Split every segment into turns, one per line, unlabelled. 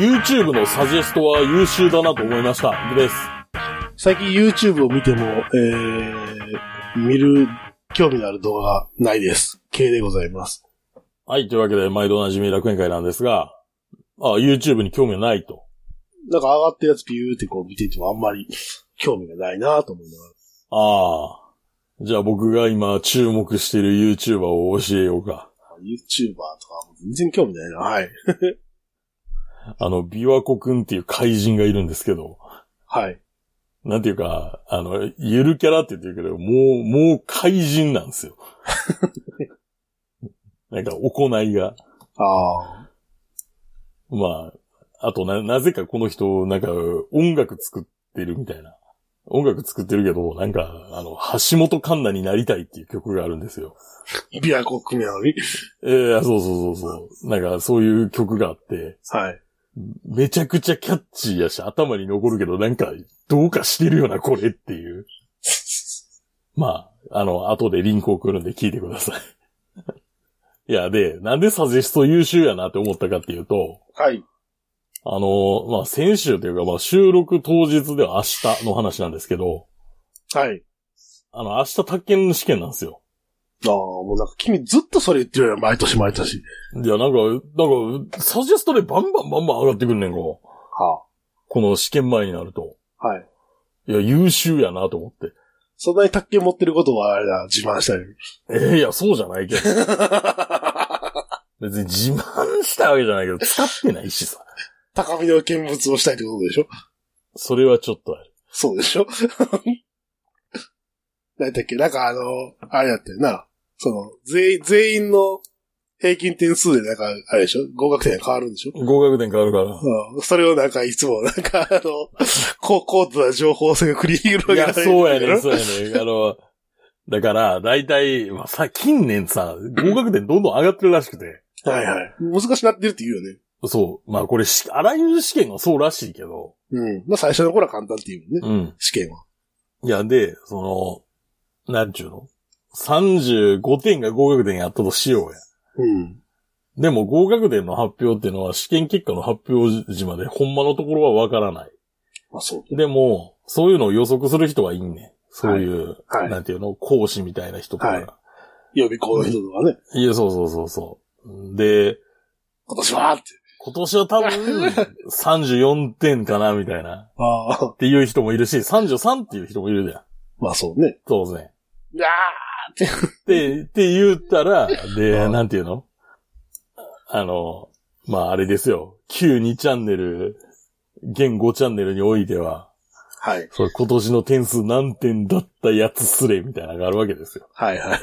YouTube のサジェストは優秀だなと思いました。グです。
最近 YouTube を見ても、えー、見る興味のある動画がないです。系でございます。
はい、というわけで、毎度おなじみ楽園会なんですが、あ、YouTube に興味がないと。
なんか上がってるやつピューってこう見ていてもあんまり興味がないなと思いながら。
ああ。じゃあ僕が今注目している YouTuber を教えようか。
YouTuber とか全然興味ないな。はい。
あの、琵琶湖くんっていう怪人がいるんですけど、
はい。
なんていうか、あの、ゆるキャラって言ってるけど、もう、もう怪人なんですよ。なんか、行いが。
ああ。
まあ、あとな、なぜかこの人、なんか、音楽作ってるみたいな。音楽作ってるけど、なんか、あの、橋本環奈になりたいっていう曲があるんですよ。
琵琶湖組なのに。
ええそうそうそうそう。なんか、そういう曲があって、
はい。
めちゃくちゃキャッチーやし、頭に残るけど、なんか、どうかしてるよな、これっていう。まあ、あの、後でリンク送るんで聞いてください。いや、で、なんでサジェスト優秀やなって思ったかっていうと、
はい。
あの、まあ、先週というか、まあ、収録当日では明日の話なんですけど、
はい。
あの、明日宅建試験なんですよ。
ああ、もうなんか君ずっとそれ言ってるよな、毎年毎年。
いや、なんか、なんか、サジェストでバンバンバンバン上がってくんねんか。こ
は
の試験前になると。
あ。はい。
いや、優秀やなと思って。
そんなに卓球持ってることはあれだ、自慢したり。
えーいや、そうじゃないけど。別に自慢したわけじゃないけど、使ってないしさ。
高みの見物をしたいってことでしょ
それはちょっとある。
そうでしょ何だっけなんかあの、あれだったよな。その、全員、全員の平均点数でなんか、あれでしょ合格点が変わるんでしょ
合格点変わるから。
うん。それをなんかいつも、なんかあの、 こう、高度な情報戦が繰り広
い
げら
や、
れる。
そうやねん、そうやねん。あの、だから、だいたい、まあ、さ、近年さ、合格点どんどん上がってるらしくて。
はいはい。難しくなってるって言うよね。
そう。まあ、これし、あらゆる試験がそうらしいけど。
うん。まあ最初の頃は簡単って言うよ
う
ね。
ん。
試験は。
いや、で、その、なんちゅうの ?35 点が合格点やったとしようや。
うん。
でも合格点の発表っていうのは試験結果の発表時までほんまのところはわからない。
まあそう。
でも、そういうのを予測する人はいんねん。そういう、
はい
なんていうの、講師みたいな人とか。
はい
い、
予備校の人とかね。
や、そうそうそうそう。で、
今年はーって。
今年は多 分34点かな、みたいな。
ああ。
っていう人もいるし、33っていう人もいるじゃん。
まあそうね。
当然。
いや
で、って言ったら、で、
うん
なんていうのあの、まあ、あれですよ。旧2チャンネル、現5チャンネルにおいては、
ーはい。
それ今年の点数何点だったやつすれ、みたいなのがあるわけですよ。
はいはい。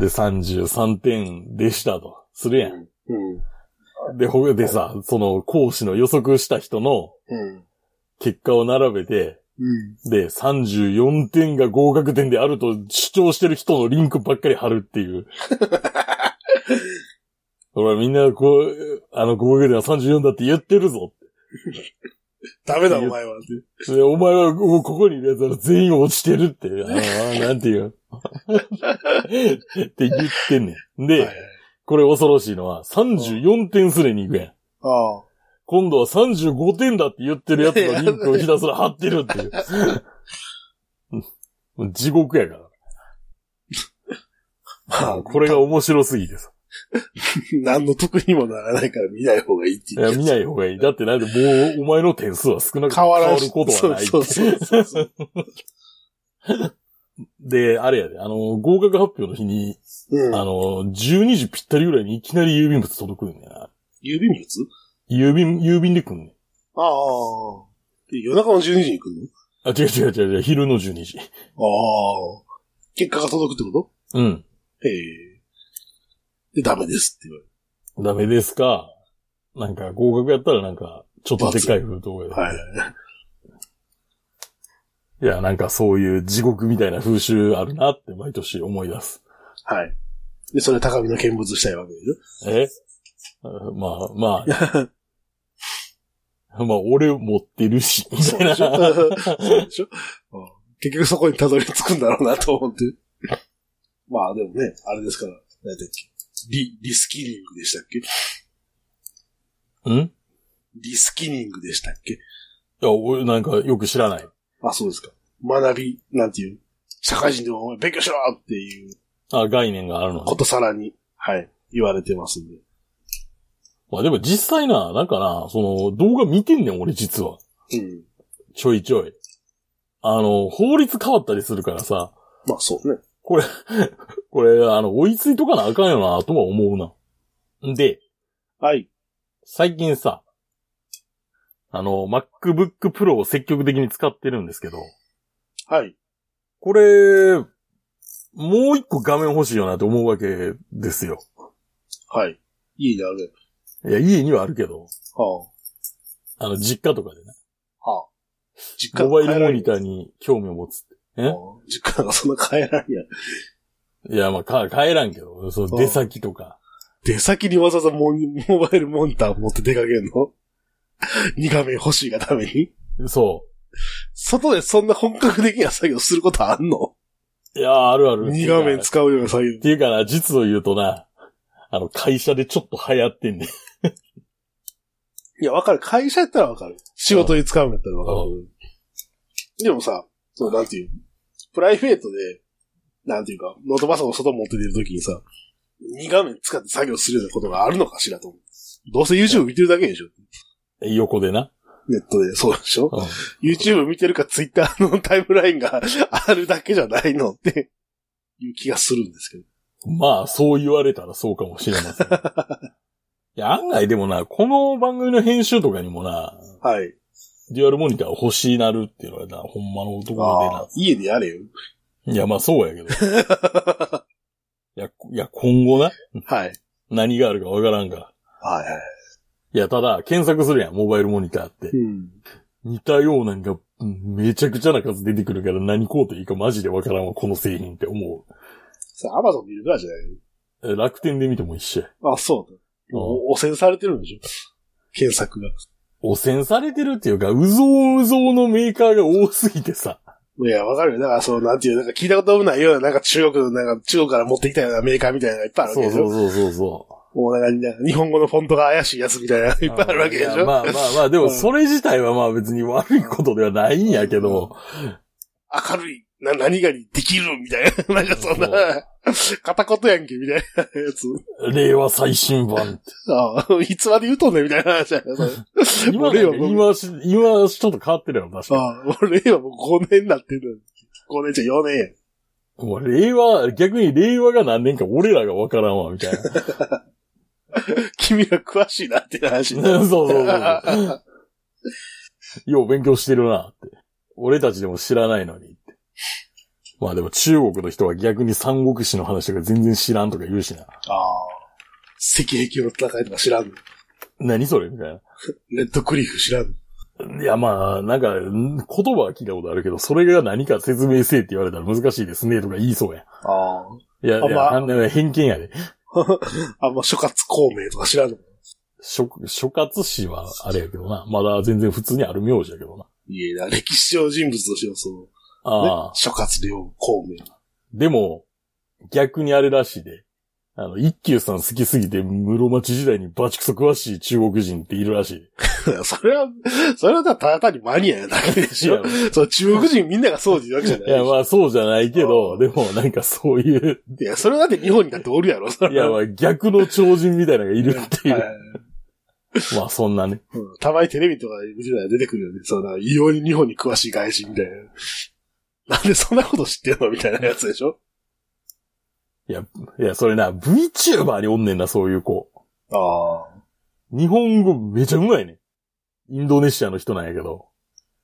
で、33点でしたと、するやん。
うん。
で、ほでさ、その講師の予測した人の
うん。
結果を並べて、
うん。
で、34点が合格点であると主張してる人のリンクばっかり貼るっていう。 ほら、みんな、こう、あの、合格点は34だって言ってるぞっ
ダメだ、お前は。
て。で、お前は、もうここにいる奴ら全員落ちてるって。ああ、なんていう。 って言ってんねん。で、
はいはい
これ恐ろしいのは、34点すれに行くやん。
ああ。
今度は35点だって言ってるやつのリンクをひたすら貼ってるっていう。うん 地獄やか
ま
ら。
あ、
これが面白すぎてさ。
何の得にもならないから見ない方がいいって
い
言
や、
って
見ない方がいい。だってなんでもうお前の点数は少なく
変わら
変
ん
わることはないって
そうそうそうそう。
で、あれやで、あの、合格発表の日に、
う
あの、
ん。
12時ぴったりぐらいにいきなり郵便物届くんねんな。
郵便物
郵便、郵便で来んねん。
ああ。で夜中の12時に行く
あ、違う違う違う違う、昼の12時。
のああ。結果が届くってこ
うん。
とへえ。で、ダメですって言わ
ダメですかなんか合格やったらなんか、ちょっとでっかい封筒が出て
れる。はい。
いや、なんかそういう地獄みたいな風習あるなって毎年思い出す。
はい。で、それ高みの見物したいわけでし
え あまあ、 まあ。まあ、俺持ってるし、み
ょ。
たいな。
そうでしょ そうでしょうん結局そこにたどり着くんだろうなと思って。まあでもね、あれですから、何だっけ。リ、リスキリングでしたっけ
ん
リスキニングでしたっけ
いや、俺なんかよく知らない。
あ、そうですか。学び、なんていう、社会人でもお前勉強しろっていう
あ、概念があるのね
ことさらに、はい、言われてますんで。
まあでも実際な、なんかな、その動画見てんねん、俺実は。
うん。
ちょいちょい。あの、法律変わったりするからさ、
まあそうね。
これ、あの、追いついとかなあかんよな、とは思うな。で、
はい。
最近さ、あの、MacBook Pro を積極的に使ってるんですけど、
はい。
これ、もう一個画面欲しいよなって思うわけですよ。
はい。いいね、あ
い
れ。
や、家にはあるけど、
は
あの、実家とかでね。
あ。はあ。実
モバイルモニタ
ー
ーに興味を持つって。ね
実家がそんな変えらんや。
いや、まあ、か、帰らんけど、そうう、
ん
出先とか。
出先にわざわざモニモバイルモニター持って出かけるの二画面欲しいがために
そ
外でそんな本格的な作業することあんの
う。いや、あるある。
二画面使うような作業
っ。ていうかな、実を言うとな、あの、会社でちょっと流行ってんねん。
いや、わかる。会社やったらわかる。仕事に使うんやったらわかる。でもさ、そう、なんていう、プライベートで、なんていうか、ノートパソコン外持って出るときにさ、2画面使って作業するようなことがあるのかしらと思う。どうせ YouTube 見てるだけでしょ
横でな。
ネットで。そうでしょ
うん
?YouTube 見てるか Twitter のタイムラインがあるだけじゃないのって、いう気がするんですけど。
まあ、そう言われたらそうかもしれま せん。いや、案外でもな、この番組の編集とかにもな、
はい。
デュアルモニター欲しいなるっていうのはな、ほんまのとこ
ああ家でやれよ。
ろでな。いや、まあそうやけど。いや、いや、今後な、
はい。はい
何があるかわからんから。
はい
や、ただ、検索するやん、モバイルモニターって
い。。うん。
似たようなんが、うんめちゃくちゃな数出てくるから何こうといいかマジでわからんわ、この製品って思。
さあ、Amazon 見るからじゃないう
え楽天で見ても一緒や。
あ、そうだ。お汚染されてるんでしょ検索が。
汚染されてるっていうか、うぞうぞうのメーカーが多すぎてさ。
いや、わかるよ。だから、その、なんていう、なんか聞いたこともないような、なんか中国の、なんか中国から持ってきたようなメーカーみたいなのがいっぱいあるわけ
そう
でしょ
そうそうそうそ
もうなんかなんか、日本語のフォントが怪しいやつみたいな、いっぱ
う。
いあるわけでし
いや
ょ
まあまあまあ、でもそれ自体はまあ別に悪いことではないんやけど、
明るい、な、何々できるみたいな、なんかそんな
そう、
片言やんけ、みたいなやつ。
令和最新版って。
ああ、いつまで言うとんねん、みたいな話だ よ。それ
今
俺
ね、
はもう
今し、今ちょっと変わってるよ、確か
ああ、俺今もう5年になってるのに。5年じゃ4年や。
に。もう令和、逆に令和が何年か俺らがわからんわ、みたいな。
君ら詳しいなっていう話にな る。
そうそうそう。よう勉強してるなって。俺たちでも知らないのにって。まあでも中国の人は逆に三国志の話とか全然知らんとか言うしな。
ああ。赤壁の戦いとか知らんの
何それみたい
レッドクリフ知らんの
な。いやまあ、なんか、ん言葉は聞いたことあるけど、それが何か説明せえって言われたら難しいですねとか言いそうや。
あ
いや、い
あま
や
あ
あんな偏見やで。
あ。あんま諸葛孔明とか知らんの
諸諸葛氏はあれやけどな。まだ全然普通にある名字やけどな。
いえな、歴史上人物としてはその、ね
ああ、。
諸葛亮孔明。
でも、逆にあれらしいで。あの、一休さん好きすぎて、室町時代にバチクソ詳しい中国人っているらし
それは、それはただ単にマニアなだけで
い。い
し
や
ょ。、そう、中国人みんながそうで言うわけじゃない
い。やまあそうじゃないけど、でもなんかそういう、
いや、それだって日本にだっておるやろ、そ
い
れ
やま
は
あ逆の超人みたいなのがいるってい
は
う。
い
まあそんなね。
うんたまにテレビとかで見てたら出てくるよね。その、異様に日本に詳しい外人みたいな。なんでそんなこと知ってんのみたいなやつでしょ
いや、それな、VTuber におんねんな、そういう子。
ああ。
日本語めちゃうまいね。インドネシアの人なんやけど。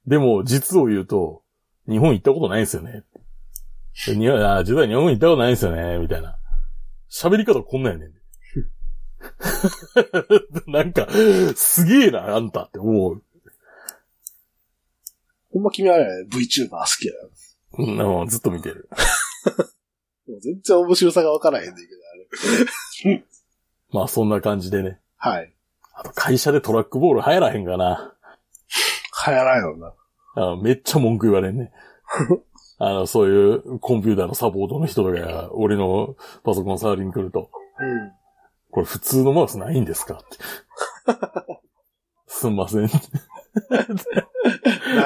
でも、実を言うと、日本行ったことないんですよね。にあ実は日本行ったことないんですよね、みたいな。喋り方こんなんやねん。 なんか、すげえな、あんたって思う。
ほんま君あれやね、VTuber 好きやな。
うんもうずっと見てる。
もう全然面白さがわからへんねんけど、
まあ、そんな感じでね。
あれ。はい。
あと、会社でトラックボール流行らへんかな。
流行らんよな。
あめっちゃ文句言われんね。あの、そういうコンピューターのサポートの人とかが、俺のパソコン触りに来ると、
うん。
これ普通のマウスないんですかって。すんません。
な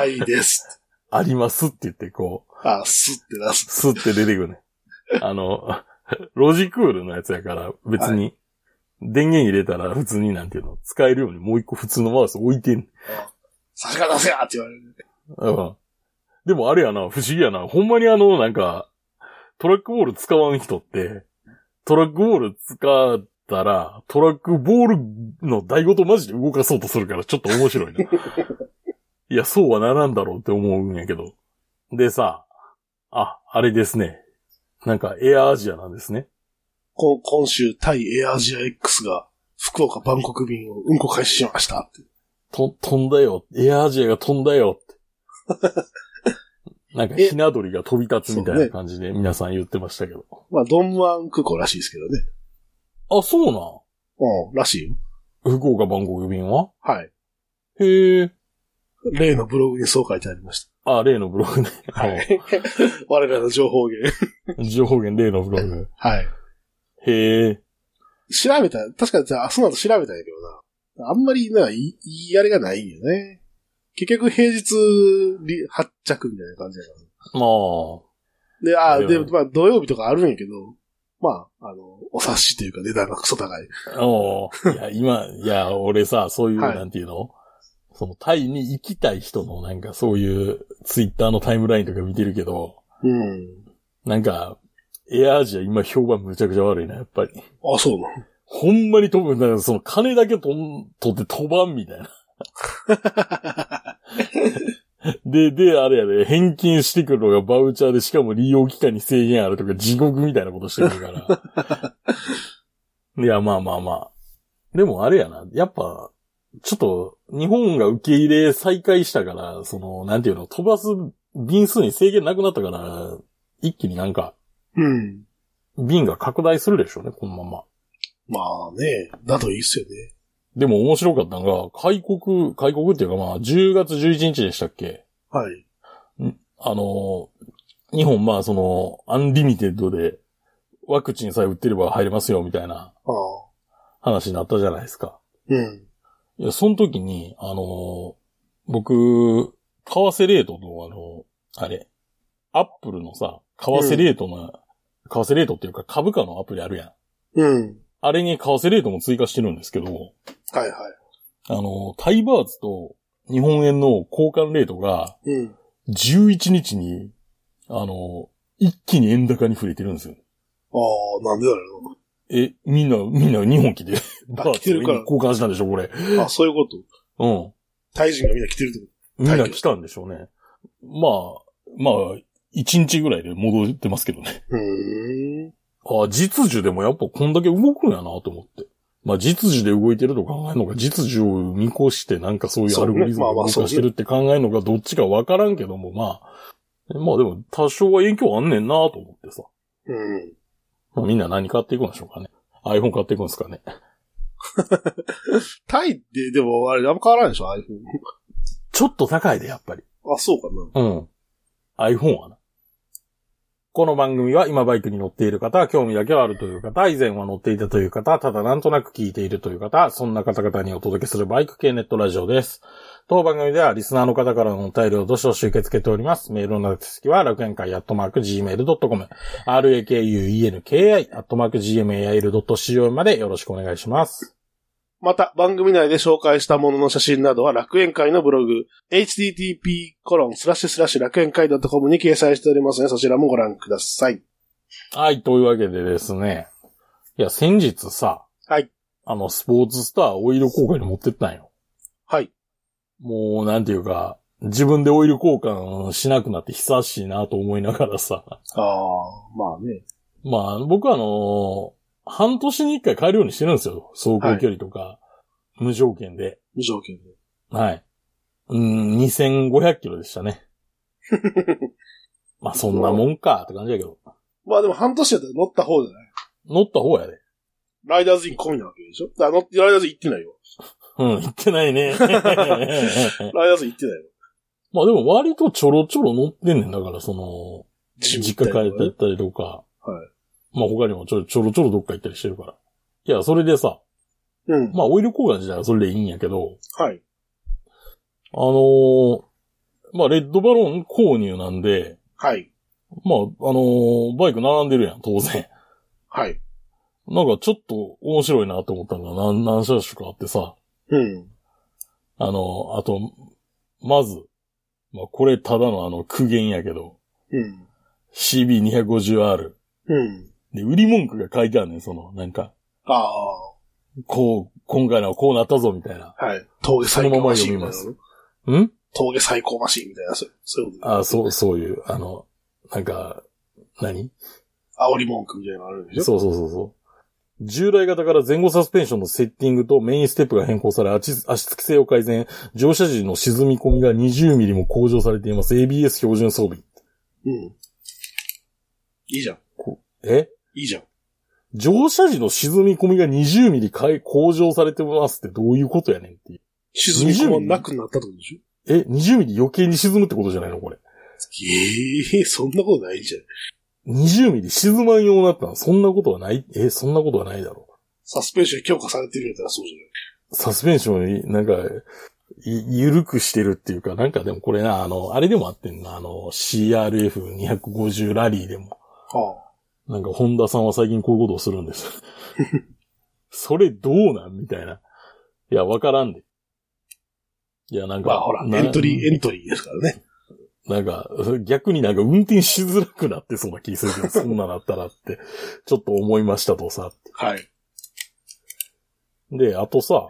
いです。
ありますって言って、こう、
あ、すって出す。
スッて出てくるね。あの、ロジクールのやつやから、別に、電源入れたら普通になんていうの、使えるようにもう一個普通のマウス置いてん。
さすが出せやって言われる。
うん。でもあれやな、不思議やな。ほんまにあの、なんか、トラックボール使わん人って、トラックボール使ったら、トラックボールの台ごとマジで動かそうとするから、ちょっと面白いな。いや、そうはならんだろうって思うんやけど。でさ、あ、あれですね。なんか、エアアジアなんですね。
こ今週、タイエアアジア X が、福岡バンコク便を運行開始しましたって。
と、飛んだよ。エアアジアが飛んだよって。なんか、
え
ひな鳥が飛び立つみたいな感じで皆さん言ってましたけど。
まあ、ドンマン空港らしいですけどね。
あ、そうなん。
うん、らしいよ。
福岡万国便は
はい。
へえ。
例のブログにそう書いてありまし
あ、例のブログね。
た。 はい。我らの情報 源。
情報源例のブログ。
はい。
へえ。
調べた、確かにさ、その後調べたんやけどな。あんまりな、いい、いいあれがないんよね。結局平日に発着みたいな感じやから。
まあ、
で、ああ、
で
で、
も
まあ土曜日とかあるんやけど、まあ、あの、お察しというか値段がクソ高い。
あの、いや、今、いや、俺さ、そういう、
はい
なんていうのその、タイに行きたい人の、なんか、そういう、ツイッターのタイムラインとか見てるけど、
うん。
なんか、エアアジア今評判むちゃくちゃ悪いな、やっぱり。
あ、そうなの。
ほんまに飛ぶ、なんかその金だけとん、取って飛ばんみたいな。で、で、あれやで、返金してくるのがバウチャーで、しかも利用期間に制限あるとか地獄みたいなことしてくるから。いや、まあまあまあ。でもあれやな、やっぱ、ちょっと、日本が受け入れ再開したから、その、なんていうの、飛ばす便数に制限なくなったから、一気になんか、
うん。
便が拡大するでしょうね、このまま。
まあね、だといいっすよね。
でも面白かったのが、開国、開国っていうかまあ、10月11日でしたっけ
はい。
あのー、日本まあその、アンリミテッドで、ワクチンさえ打ってれば入れますよ、みたいな
ああ。
話になったじゃないですか。
うん。
いや、その時に、あのー、僕、為替レートのあの、あれ、アップルのさ、為替レートの、為替レートっていうか株価のアプリあるやん。
うん。
あれに為替レートも追加してるんですけど、
はいは
あのー、タイバーツと日本円の交換レートが、
い。うん。
11日に、あの、一気に円高に触れてるんですよ。
ああ、なんでだろ
え、みんな、みんな日本来 て、バー
来て
ツを
るから
交換したんでしょ、これ。
うな。あそういうこと。
うん。
タイ人がみんな来てるってこ
みんな来たんでしょうね。まあ、まあ、1日ぐらいで戻ってますけどね。
と。うーん。
あ実需でもやっぱこんだけ動くんやなと思って。まあ実需で動いてると考えるのか、実需を見越してなんかそういうアルゴリズム
そうねまあま
を
あ
動かしてるって考えるのか、どっちかわからんけども、まあ、まあでも多少は影響あんねんなと思ってさ。
うん。
まあみんな何買っていくんでしょうかね。iPhone 買っていくんですかね。
タイって、でもあれ、あんま変わらないでしょ、iPhone。
ちょっと高いで、やっぱり。
あ、そうかな。
うん。iPhone はな。この番組は今バイクに乗っている方、興味だけはあるという方、以前は乗っていたという方、ただなんとなく聞いているという方、そんな方々にお届けするバイク系ネットラジオです。当番組ではリスナーの方からのお便りをどしどし受け付けております。メールの宛先は楽園会アットマーク gmail.com、rakuenki アットマーク gmail.co までよろしくお願いします。
また、番組内で紹介したものの写真などは楽園会のブログ、http:// 楽園会 .com に掲載しておりますので、そちらもご覧ください。
はい、というわけでですね。いや、先日さ、
はい。
あの、スポーツスターオイル交換に持ってったんよ。
はい。
もう、なんていうか、自分でオイル交換しなくなって久しいなと思いながらさ。
ああ、まあね。
まあ、僕はあのー半年に一回買えるようにしてるんですよ。走行距離とか、無条件で。
無条件で。
はい。うん、2500キロで したね。まあ、そんなもんか、って感じだけど。
まあでも半年やったら乗った方じゃない
乗った方やで。
ライダーズイン込みなわけでしょだから乗って、ライダーズイン行ってないよ。
うん、行ってないね。
ライダーズイン行ってないよ。
まあでも割とちょろちょろ乗ってんねん。だからその、
自
実
分
家
で
帰ってったりとか、
は
まあ他にもちょちょろちょろどっか行ったりしてるから。いや、それでさ、
うん。
まあオイル交換自体はそれでいいんやけど、
はい。
あのーまあ、レッドバロン購入なんで、
はい。
まあ、あのーバイク並んでるやん、当然。
はい。
なんかちょっと面白いなと思ったのが何、何車種かあってさ、
うん。
あの、あと、まず、まあ、これただのあの苦言やけど、
うん。
CB250R。
うん。
で、売り文句が書いてあるねんその、なんか、
ああ、
こう、今回のはこうなったぞ、みたいな。
はい。峠最高マシンみたいな
そのまま読みますん
峠最高マシンみたいな、そうそういうことね。
あそう、そういう、あの、なんか、何
煽り文句みたいなのあるんでしょ
そうそうそうそう。従来型から前後サスペンションのセッティングとメインステップが変更され、足足つき性を改善、乗車時の沈み込みが20ミリも向上されています。ABS 標準装備。
うん。いいじゃん。
え
いいじゃん。
乗車時の沈み込みが20ミリ向上されてますってどういうことやねんっていう。
沈み込まなくなったってことでしょ
え、20ミリ余計に沈むってことじゃないのこれ。
ええそんなことないんじゃん。
20ミリ沈まんようになったのそんなことはないえ、そんなことはないだろ
サスペンション強化されてるんやったらそうじゃない。
う。サスペンションになんか、いゆるくしてるっていうか、なんかでもこれな、あの、あれでもあってんな、あの、CRF250 ラリーでも。
はあ。
なんか、ホンダさんは最近こういうことをするんです。 それどうなんみたいな。いや、わからんで。いや、なんか。
まあほら、
な
エントリー、エントリーですからね。
なんか、逆になんか運転しづらくなってそうな気す るけど、そんなだったらって、ちょっと思いましたとさ。
はい。
で、あとさ、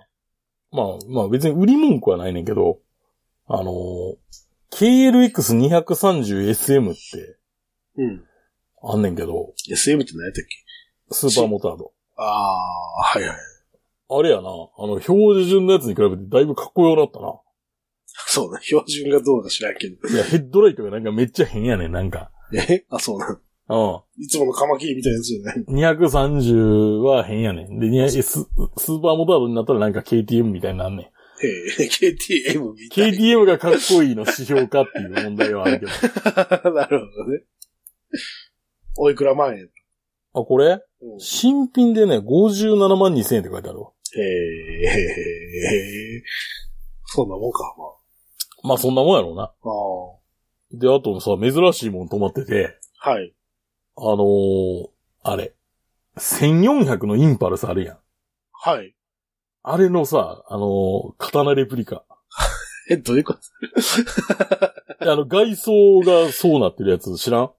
まあまあ別に売り文句はないねんけど、あのー KLX230SM って
うん。
あんねんけど、
SM って何やったっけ
スーパーモタード。
ああ、はいはい。
あれやな、あの、標準のやつに比べてだいぶかっこよくなったな。
そうだ、標準がどうか知らんけど。
いや、ヘッドライトがなんかめっちゃ変やねん、なんか。
えあ、そうな
う
ん。
ん。
いつものカマキリみたいなやつじゃない。
230は変やねん。で、200ススーパーモタードになったらなんか KTM みたいになんねん。
ええ KTM みたい
KTM がかっこいいの指標かっていう問題はあるけど。
な。 なるほどね。おいくら万円
あ、これ
うん
新品でね、57万2000円って書いてあるわ。
へえ、そんなもんか、まあ。
まあそんなもんやろうな。
あ
で、あとさ、珍しいもん止まってて、
あ。はい。
あのー、あれ、1400のインパルスあるやん。
はい。
あれのさ、あのー、刀レプリカ。
え、どういうこと
あの、外装がそうなってるやつ知らん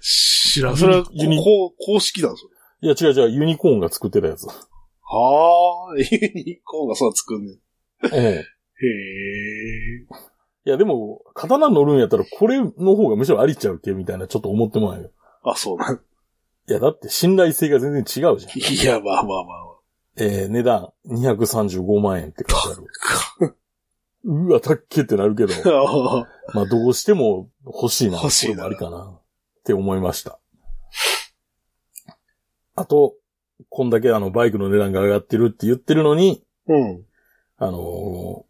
知らん。それは、こ
ユニ
こう公式だそれ。
いや違う違う、ユニコーンが作ってたやつ。
はあ、ユニコーンがそう作んねん。へ
うん。
え。
いや、でも、刀乗るんやったら、これの方がむしろありちゃうっけみたいな、ちょっと思ってもらうよ。
あ、そうなん。
いや、だって信頼性が全然違うじゃん。
いや、まあまあまあまあ。
えー、値段、235万円って書いてある。
か
うわ、たっけってなるけど、
ああ
まあ、どうしても欲しいな。
欲しいな
これもありかな。って思いました。あと、こんだけあの、バイクの値段が上がってるって言ってるのに、
うん。
あのー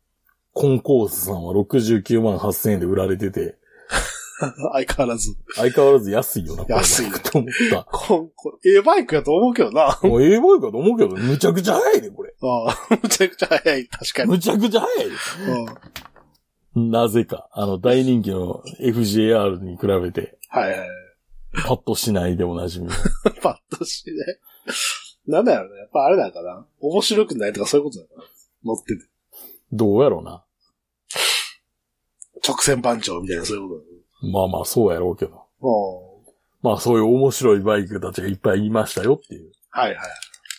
コンコースさんは69万8000円で売られてて、
相変わらず。
相変わらず安いよな、これ
安いな
と思った。
こんこれ、ええバイクやと思うけどな。あ
もう A ボイクだと思うけど、むちゃくちゃ早いね、これ。
あ、むちゃくちゃ早い。確かに。
むちゃくちゃ早い。
うん
なぜか、あの、大人気の FJR に比べて、
はいはい。
パッとしないでおなじみ。
パッとしない。なんだろうね。やっぱあれなんかな。面白くないとかそういうことだよな。乗ってて。
どうやろうな。
直線番長みたいなそういうことだよ
まあまあ、そうやろうけど。
う
まあ、そういう面白いバイクたちがいっぱいいましたよっていうん
はいはい。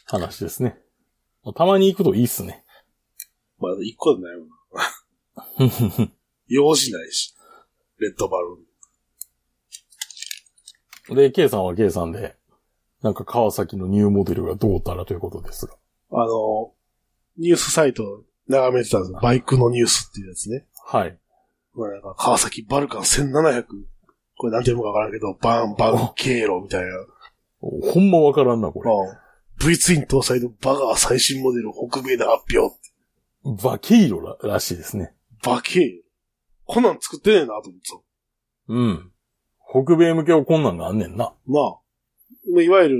話ですね。まあたまに行くといいっすね。
まあ、一個でないもんな。 用事ないし。レッドバルーン。
で、K さんは K さんで、なんか川崎のニューモデルがどうたらということですが。
あの、ニュースサイトを眺めてたんですよバイクのニュースっていうやつね。
はい。
まあ、なんか川読バルカン1700。これなんて読むかわからんけど、バンバン経路みたいな。
ほんまわからんな、これ。
V ツイン搭載のバガー最新モデル北米で発表。
バケイロららしいですね。
バケーこんなん作ってねえなと思ってた。
うん。北米向けはこんなんがあんねんな。
まあ、まあいわゆる、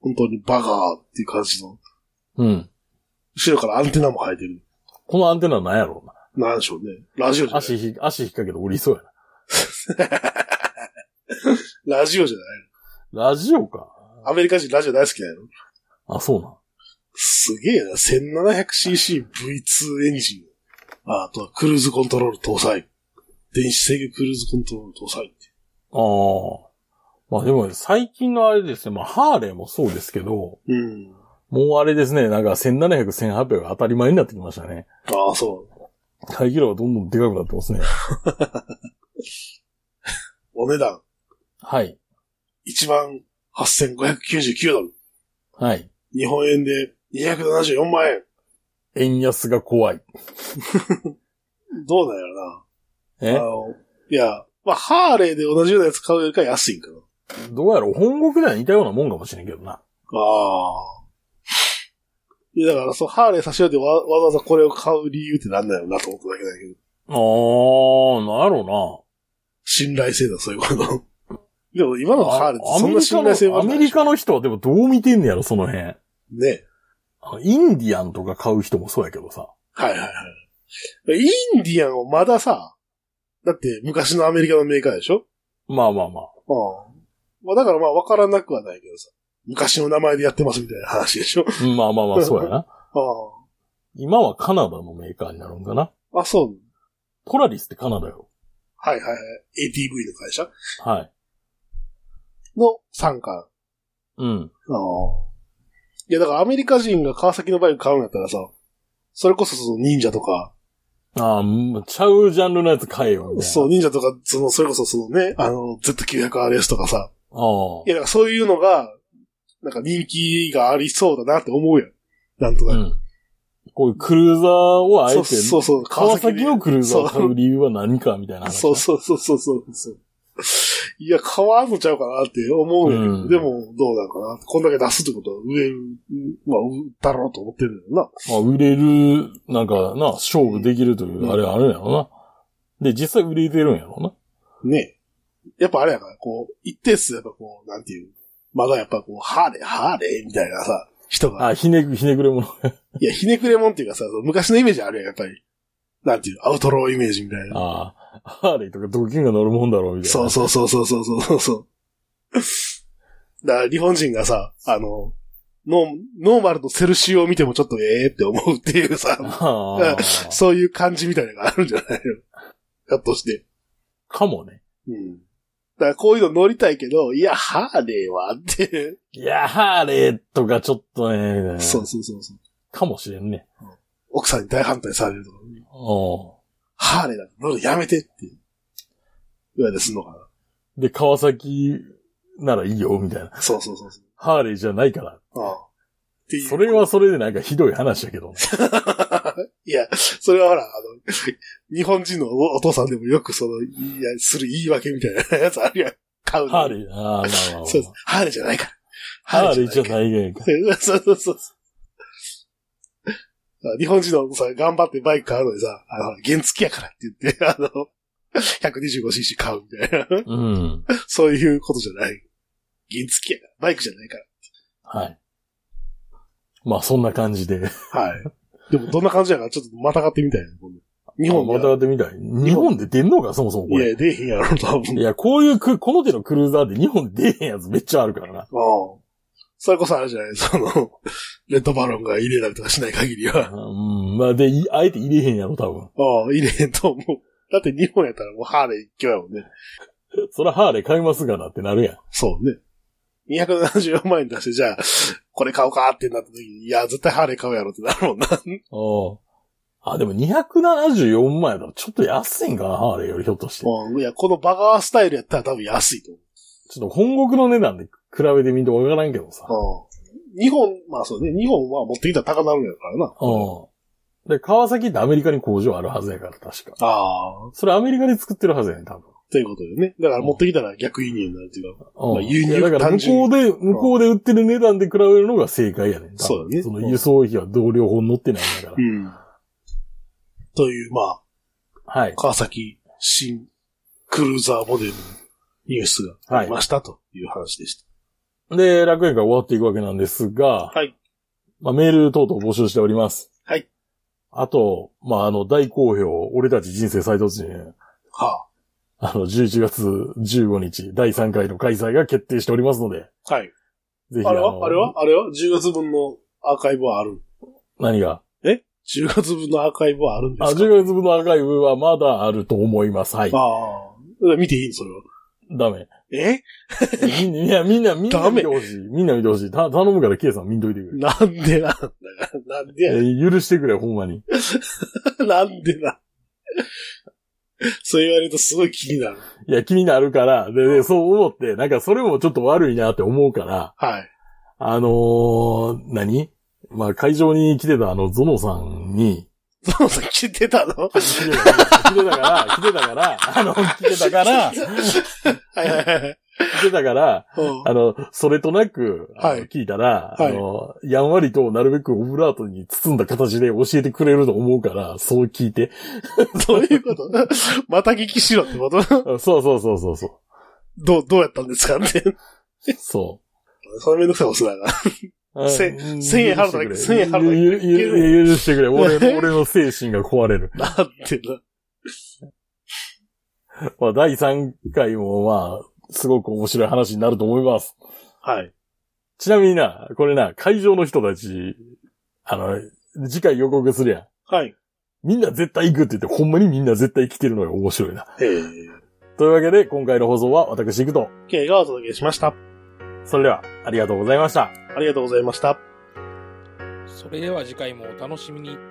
本当にバガーっていう感じの、
うん。
後ろからアンテナも生えてる。
このアンテナなんやろうな。
なんでしょうね。ラジオじゃない。
足ひ、足引っ掛けて降りそうや
ラジオじゃない
な。ラジオか。
の。アメリカ人ラジオ大好きなの。
あ、そうなん。
すげえな。1700cc V2 エンジン。ああとはクルーズコントロール搭載。電子制御クルーズコントロール搭載って。
ああ。まあでも、最近のあれですね、まあ、ハーレーもそうですけど、
うん。
もうあれですね、なんか1700、1800が当たり前になってきましたね。
ああ、そう。
排気量がどんどんでかくなってますね。
お値段、
はい。
18,599ドル。
はい。
日本円で274万円。
円安が怖い。
どうなんやろ
え
な。あの、いや、まあ、ハーレーで同じようなやつ買うよりかは安いんかな。
どうやろう本国では似たようなもんかもしれんけどな。
ああ。いや、だから、そう、ハーレー差し置いてわわざわざこれを買う理由ってなんだよなと思っただけだけど。
ああ、なんやろ
信頼性だ、そういうこと。 でも、今
う
の
な。
ハーレーってそんな信頼性は
ア
な
メ
いで
リ
しょ。
カの人はでもどう見てんねやろ、その辺。
ね。
あのインディアンとか買う人もそうやけどさ。
はいはいはい。インディアンをまださ、だって昔のアメリカのメーカーでしょ
まあまあまあ。
うん。まあだからまあ分からなくはないけどさ。昔の名前でやってますみたいな話でしょ
うんまあまあまあ、そうやな。
あ
今はカナダのメーカーになるんかな。
あ。あ、そう。
ポラリスってカナダよ。
はいはいはい。ATV の会社
はい。
の参加
うん。
ああ。いや、だからアメリカ人が川崎のバイク買うんやったらさ、それこそその忍者とか、
ああ、うんちゃうジャンルのやつ買えよ、みたいな。
そう、忍者とか、その、それこそそのね、あの、Z900RS とかさ、
あ
いや、だからそういうのが、なんか人気がありそうだなって思うやん。なんと
あ。
か。
うん。こういうクルーザーをあえ
そう
て、
そうそう、
川崎のクルーザーを買
そう
う理由は何かみたいな話。
そうそうそうそうそうそう。いや、変わんのちゃうかなって思うんやけど、
うん
でも、どうなんかな。こんだけ出すってことは、上、うんまあ、売ったろうと思ってるんだよ
まあ、売れる、なんかな、勝負できるという、あれあるんやろな。で、実際売れてるんやろな。
な。ねやっぱあれやから、こう、一定数やっぱこう、なんていう、まだやっぱこう、ハーレー、ハーレーみたいなさ、人が、
あ、ひねく、ひねくれもの。
いや、ひねくれもんっていうかさ、その昔のイメージあるやん、やっぱり。なんていう、アウトローイメージみたいな。
ああ、ハーレーとかドッキンが乗るもんだろう、みたいな。
そうそうそうそうそうそうそうそう。だから日本人がさ、あの、ノーノーマルとセルシオを見てもちょっとええって思うっていうさ、
ああ、
そういう感じみたいなのがあるんじゃないのひょっとして。
かもね。
うん。だからこういうの乗りたいけど、いや、ハーレーはって。
いや、ハーレーとかちょっとね、
そうそうそうそう。
かもしれんね。
奥さんに大反対されるとか、
うん。そ
ハーレーだ、乗るのやめてって言われたりすんのか
うで、川崎ならいいよ、みたいな。
な。そうそうそうそう。
ハーレーじゃないから。
ああっていう
それはそれでなんかひどい話だけどね。
いや、それはほら、あの、日本人のおお父さんでもよくその、いや、する言い訳みたいなやつあるやん。買うの
ハーレー、ああ、まあまあまあ
そうです。ハーレーじゃないから。
ハーレーじゃ
い
ないね。
から。そうそうそうそう。日本人のさ、頑張ってバイク買うのにさ、あの、原付きやからって言って、あの、125cc 買うみたいな。
うん。
そういうことじゃない。原付きやから。バイクじゃないか
はい。まあ、そんな感じで。
ら。はい。でも、どんな感じやから、ちょっとまたがってみたいな。今度日本
またやってみたい。日本で出んのか、そもそもこ
い
れ。
や、出えへんやろ、多分
い。や、こういうく、この手のクルーザーで日本出へんやつめっちゃあるからな。
うん。それこそあれじゃないその、 レッドバロンが入れたりとかしない限りは。
うん、まあ、で、いあえて入れへんやろ、多分。
うん、入れへんと思う。だって日本やったらもうハーレー一挙やもんね。
そらハーレー買いますがなってなるやん。
そうね。274万円出して、じゃあ、これ買おうかってなった時に、いや、絶対ハーレー買うやろってなる もんな。
おうあ、でも274万やったらちょっと安いんかな、ハーレーよりひょっとして。
うん、いや、このバガースタイルやったら多分安いと
ちょっと本国の値段で比べてみんとわからんけどさ。
思う。うん。日本、まあそうね、日本は持ってきたら高なるんやからな。
うん。で、川崎ってアメリカに工場あるはずやから、確か。
ああ、
それアメリカで作ってるはずやねん、多
ということでね。だから持ってきたら逆輸入になるっていうか。
分。うん。
まあ輸入
いやだから
単
向
純
こうで、向こうで売ってる値段で比べるのが正解やねん。多分
そうだね
その輸送費は同量本乗ってないんだから
う。ん。という、まあ、
はい。
川崎新クルーザーモデルのニュースがありましたという話でした。
で、楽園から終わっていくわけなんですが、
はい。
まあ、メール等々募集しております。
はい。
あと、まあ、あの、大好評、俺たち人生最突入、
は
あの、11月15日、第3回の開催が決定しておりますので、
あ。はい。
ぜひ、
あれ
の
はあれはあれは ?10 月分のアーカイブはある。
何が
10月分のアーカイブはあるんで
あ、
すか
?10 月分のアーカイブはまだあると思います。はい。
ああ。見ていいのそれは。
ダメ。
え
いや、みんな、みんな
ダ
見
メ
てほしい。みんな見てほしい。た頼むから、ケイさん見んといてくれ。
なんでなんだよなんでやねん
えー許してくれ、ほんまに。
なんでな。そう言われるとすごい気になる。
いや、気になるから、で、でそう思って、なんかそれもちょっと悪いなって思うから、
はい。
あのー、何まあ、会場に来てたあの、ゾノさん に、
ゾノさん聞いてたのは
来てたから、来てたから、あの、来てた から、来
いはいはいはい。
てたから、
うん
あの、それとなく、あの
はい
聞いたら、
は
あ
い
の、やんわりとなるべくオブラートに包んだ形で教えてくれると思うから、そう聞い て。
どういうこと また聞きしろってこと
あそうそうそうそうそ
どう、どうやったんですかって。
う。そ
それめんどくさいことすなが
う。
せ
うん
千円払うだけ
許して
千円払うだけ
ゆゆゆゆ許してくれ。俺の、俺の精神が壊れる。
ら。 なんでな。
まあ、第3回もまあ、すごく面白い話になると思います。
はい。
ちなみにな、これな、会場の人たち、あの、次回予告するやん。
はい。
みんな絶対行くって言って、ほんまにみんな絶対来てるのが面白いな。
えー、
というわけで、今回の放送は私行くと。
K がお届けしました。
それでは、ありがとうございました。
ありがとうございました。
それでは次回もお楽しみに。